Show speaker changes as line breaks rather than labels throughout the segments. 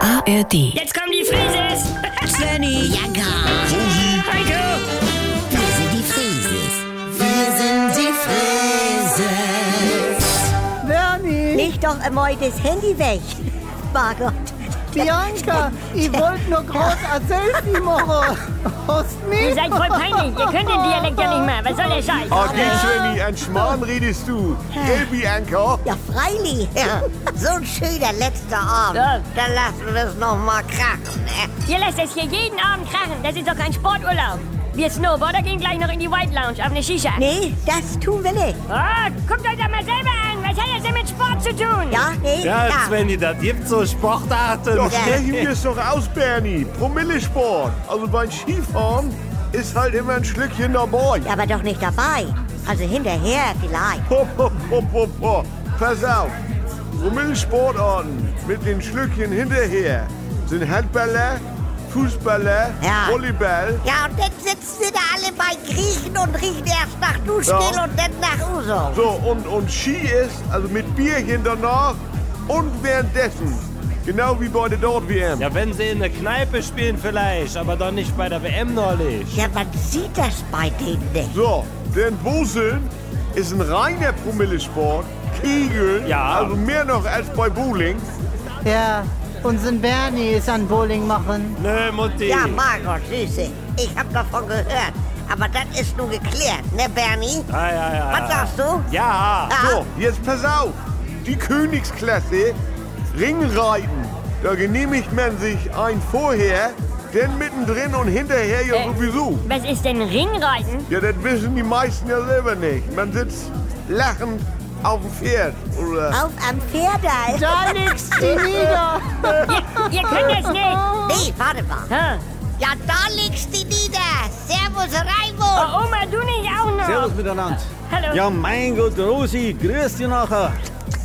ARD.
Jetzt kommen die Frises!
Svenny. Jagger.
Heiko!
Wir sind die Frieses. Wir sind die Frieses.
Bernie,
Leg doch einmal das Handy weg. Margot.
Bianca, ich wollte nur gerade ein Selfie machen. Hast
Ihr
mich?
seid voll peinlich! Ihr könnt den Dialekt ja nicht mehr! Was soll der Scheiß?
Ah, geht, Svenny, ein Schmarrn redest du. Gell, Bianca?
Ja, Freili.
Ja, so ein schöner letzter
Ja.
Abend. Dann lassen wir es nochmal krachen. ne?
Ihr lasst es hier jeden Abend krachen! Das ist doch kein Sporturlaub! Wir Snowboarder gehen gleich noch in die White Lounge auf eine Shisha.
Nee, das tun wir nicht.
Oh, guckt euch doch mal selber an! Was hat das denn mit Sport zu tun?
Ja, nee,
Ja, Svenny, das gibt so Sportarten.
Doch schnell hier es doch aus, Bernie. Promillesport. Also beim Skifahren ist halt immer ein Schlückchen dabei.
Ja, aber doch nicht dabei. Also hinterher vielleicht.
Hopp, hopp, hopp, hopp, hopp. Pass auf. Promillesportarten mit den Schlückchen hinterher sind Handballer, Fußballer,
Ja.
Volleyball.
Ja, und dann sitzen sie da alle bei Griechen und riechen erst nach Duschgel
Ja.
und dann nach Uso.
So, und, und Ski ist, also mit Bierchen danach und währenddessen. Genau wie bei der Dort-WM.
Ja, wenn sie in der Kneipe spielen vielleicht, aber doch nicht bei der WM neulich.
Ja, man sieht das bei denen nicht.
So, denn Boseln ist ein reiner Promillesport. Kegeln,
Ja.
also mehr noch als bei Bowling.
Ja, unseren Bernie ist an Bowling machen.
Nö, Mutti.
Ja, Margot, Süße. Ich hab davon gehört. Aber das ist nun geklärt, ne, Bernie?
ja, ja, ja.
Was sagst du?
Ja.
Ah.
So, jetzt pass auf. Die Königsklasse, Ringreiten. Da genehmigt man sich ein vorher, denn mittendrin und hinterher ja
Äh.
sowieso.
Was ist denn Ringreiten?
Ja, das wissen die meisten ja selber nicht. Man sitzt lachend auf dem Pferd
Ah.
oder
Auf am Pferdal.
Da legst du nieder.
Ihr, ihr könnt das nicht!
Nee, warte mal.
Ha.
Ja, da legst du nieder. Servus, Raimund.
Oh, Oma, du nicht auch noch!
Servus miteinander.
Hallo!
Ja, mein Gott, Rosi, grüß dich nachher.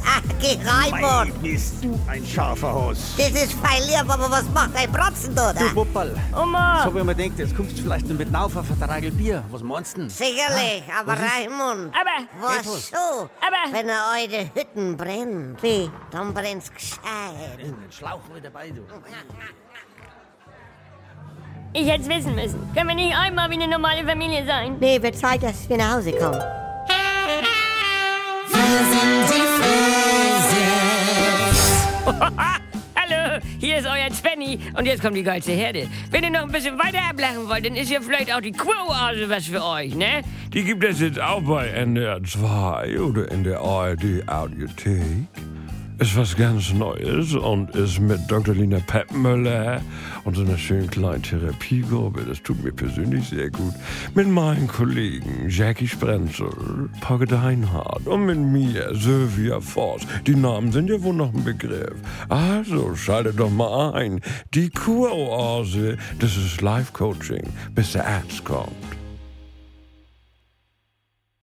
Ach, geh, Raimund.
bist du ein scharfer Haus.
Das ist feierlich, aber was macht dein Bratzen da?
Du Wuppal,
Oma!
so wie man denkt, jetzt kommst du vielleicht noch mit Nauf auf der Reigel Bier. Was meinst du denn?
Sicherlich, aber Raimund.
Aber-
Was so?
Ah, Aber-
Wenn er eure Hütten brennt,
Wie?
dann brennt's gescheit.
Einen Schlauch mit dabei, du.
Ich hätte es wissen müssen. Können wir nicht einmal wie eine normale Familie sein?
Nee, wird Zeit, dass wir nach Hause kommen.
Hallo, hier ist euer Svenny und jetzt kommt die geilste Herde. Wenn ihr noch ein bisschen weiter ablachen wollt, dann ist ja vielleicht auch die Quo-Ase was für euch, ne?
Die gibt es jetzt auch bei NDR 2 oder in der ARD Audiothek. Ist was ganz Neues und ist mit Dr. Lina Peppmüller und so einer schönen kleinen Therapiegruppe, das tut mir persönlich sehr gut, mit meinen Kollegen Jackie Sprenzel, Pogge Deinhardt und mit mir Sylvia Voss. Die Namen sind ja wohl noch ein Begriff. Also schaltet doch mal ein. Die Kuroase, das ist Life-Coaching, bis der Arzt kommt.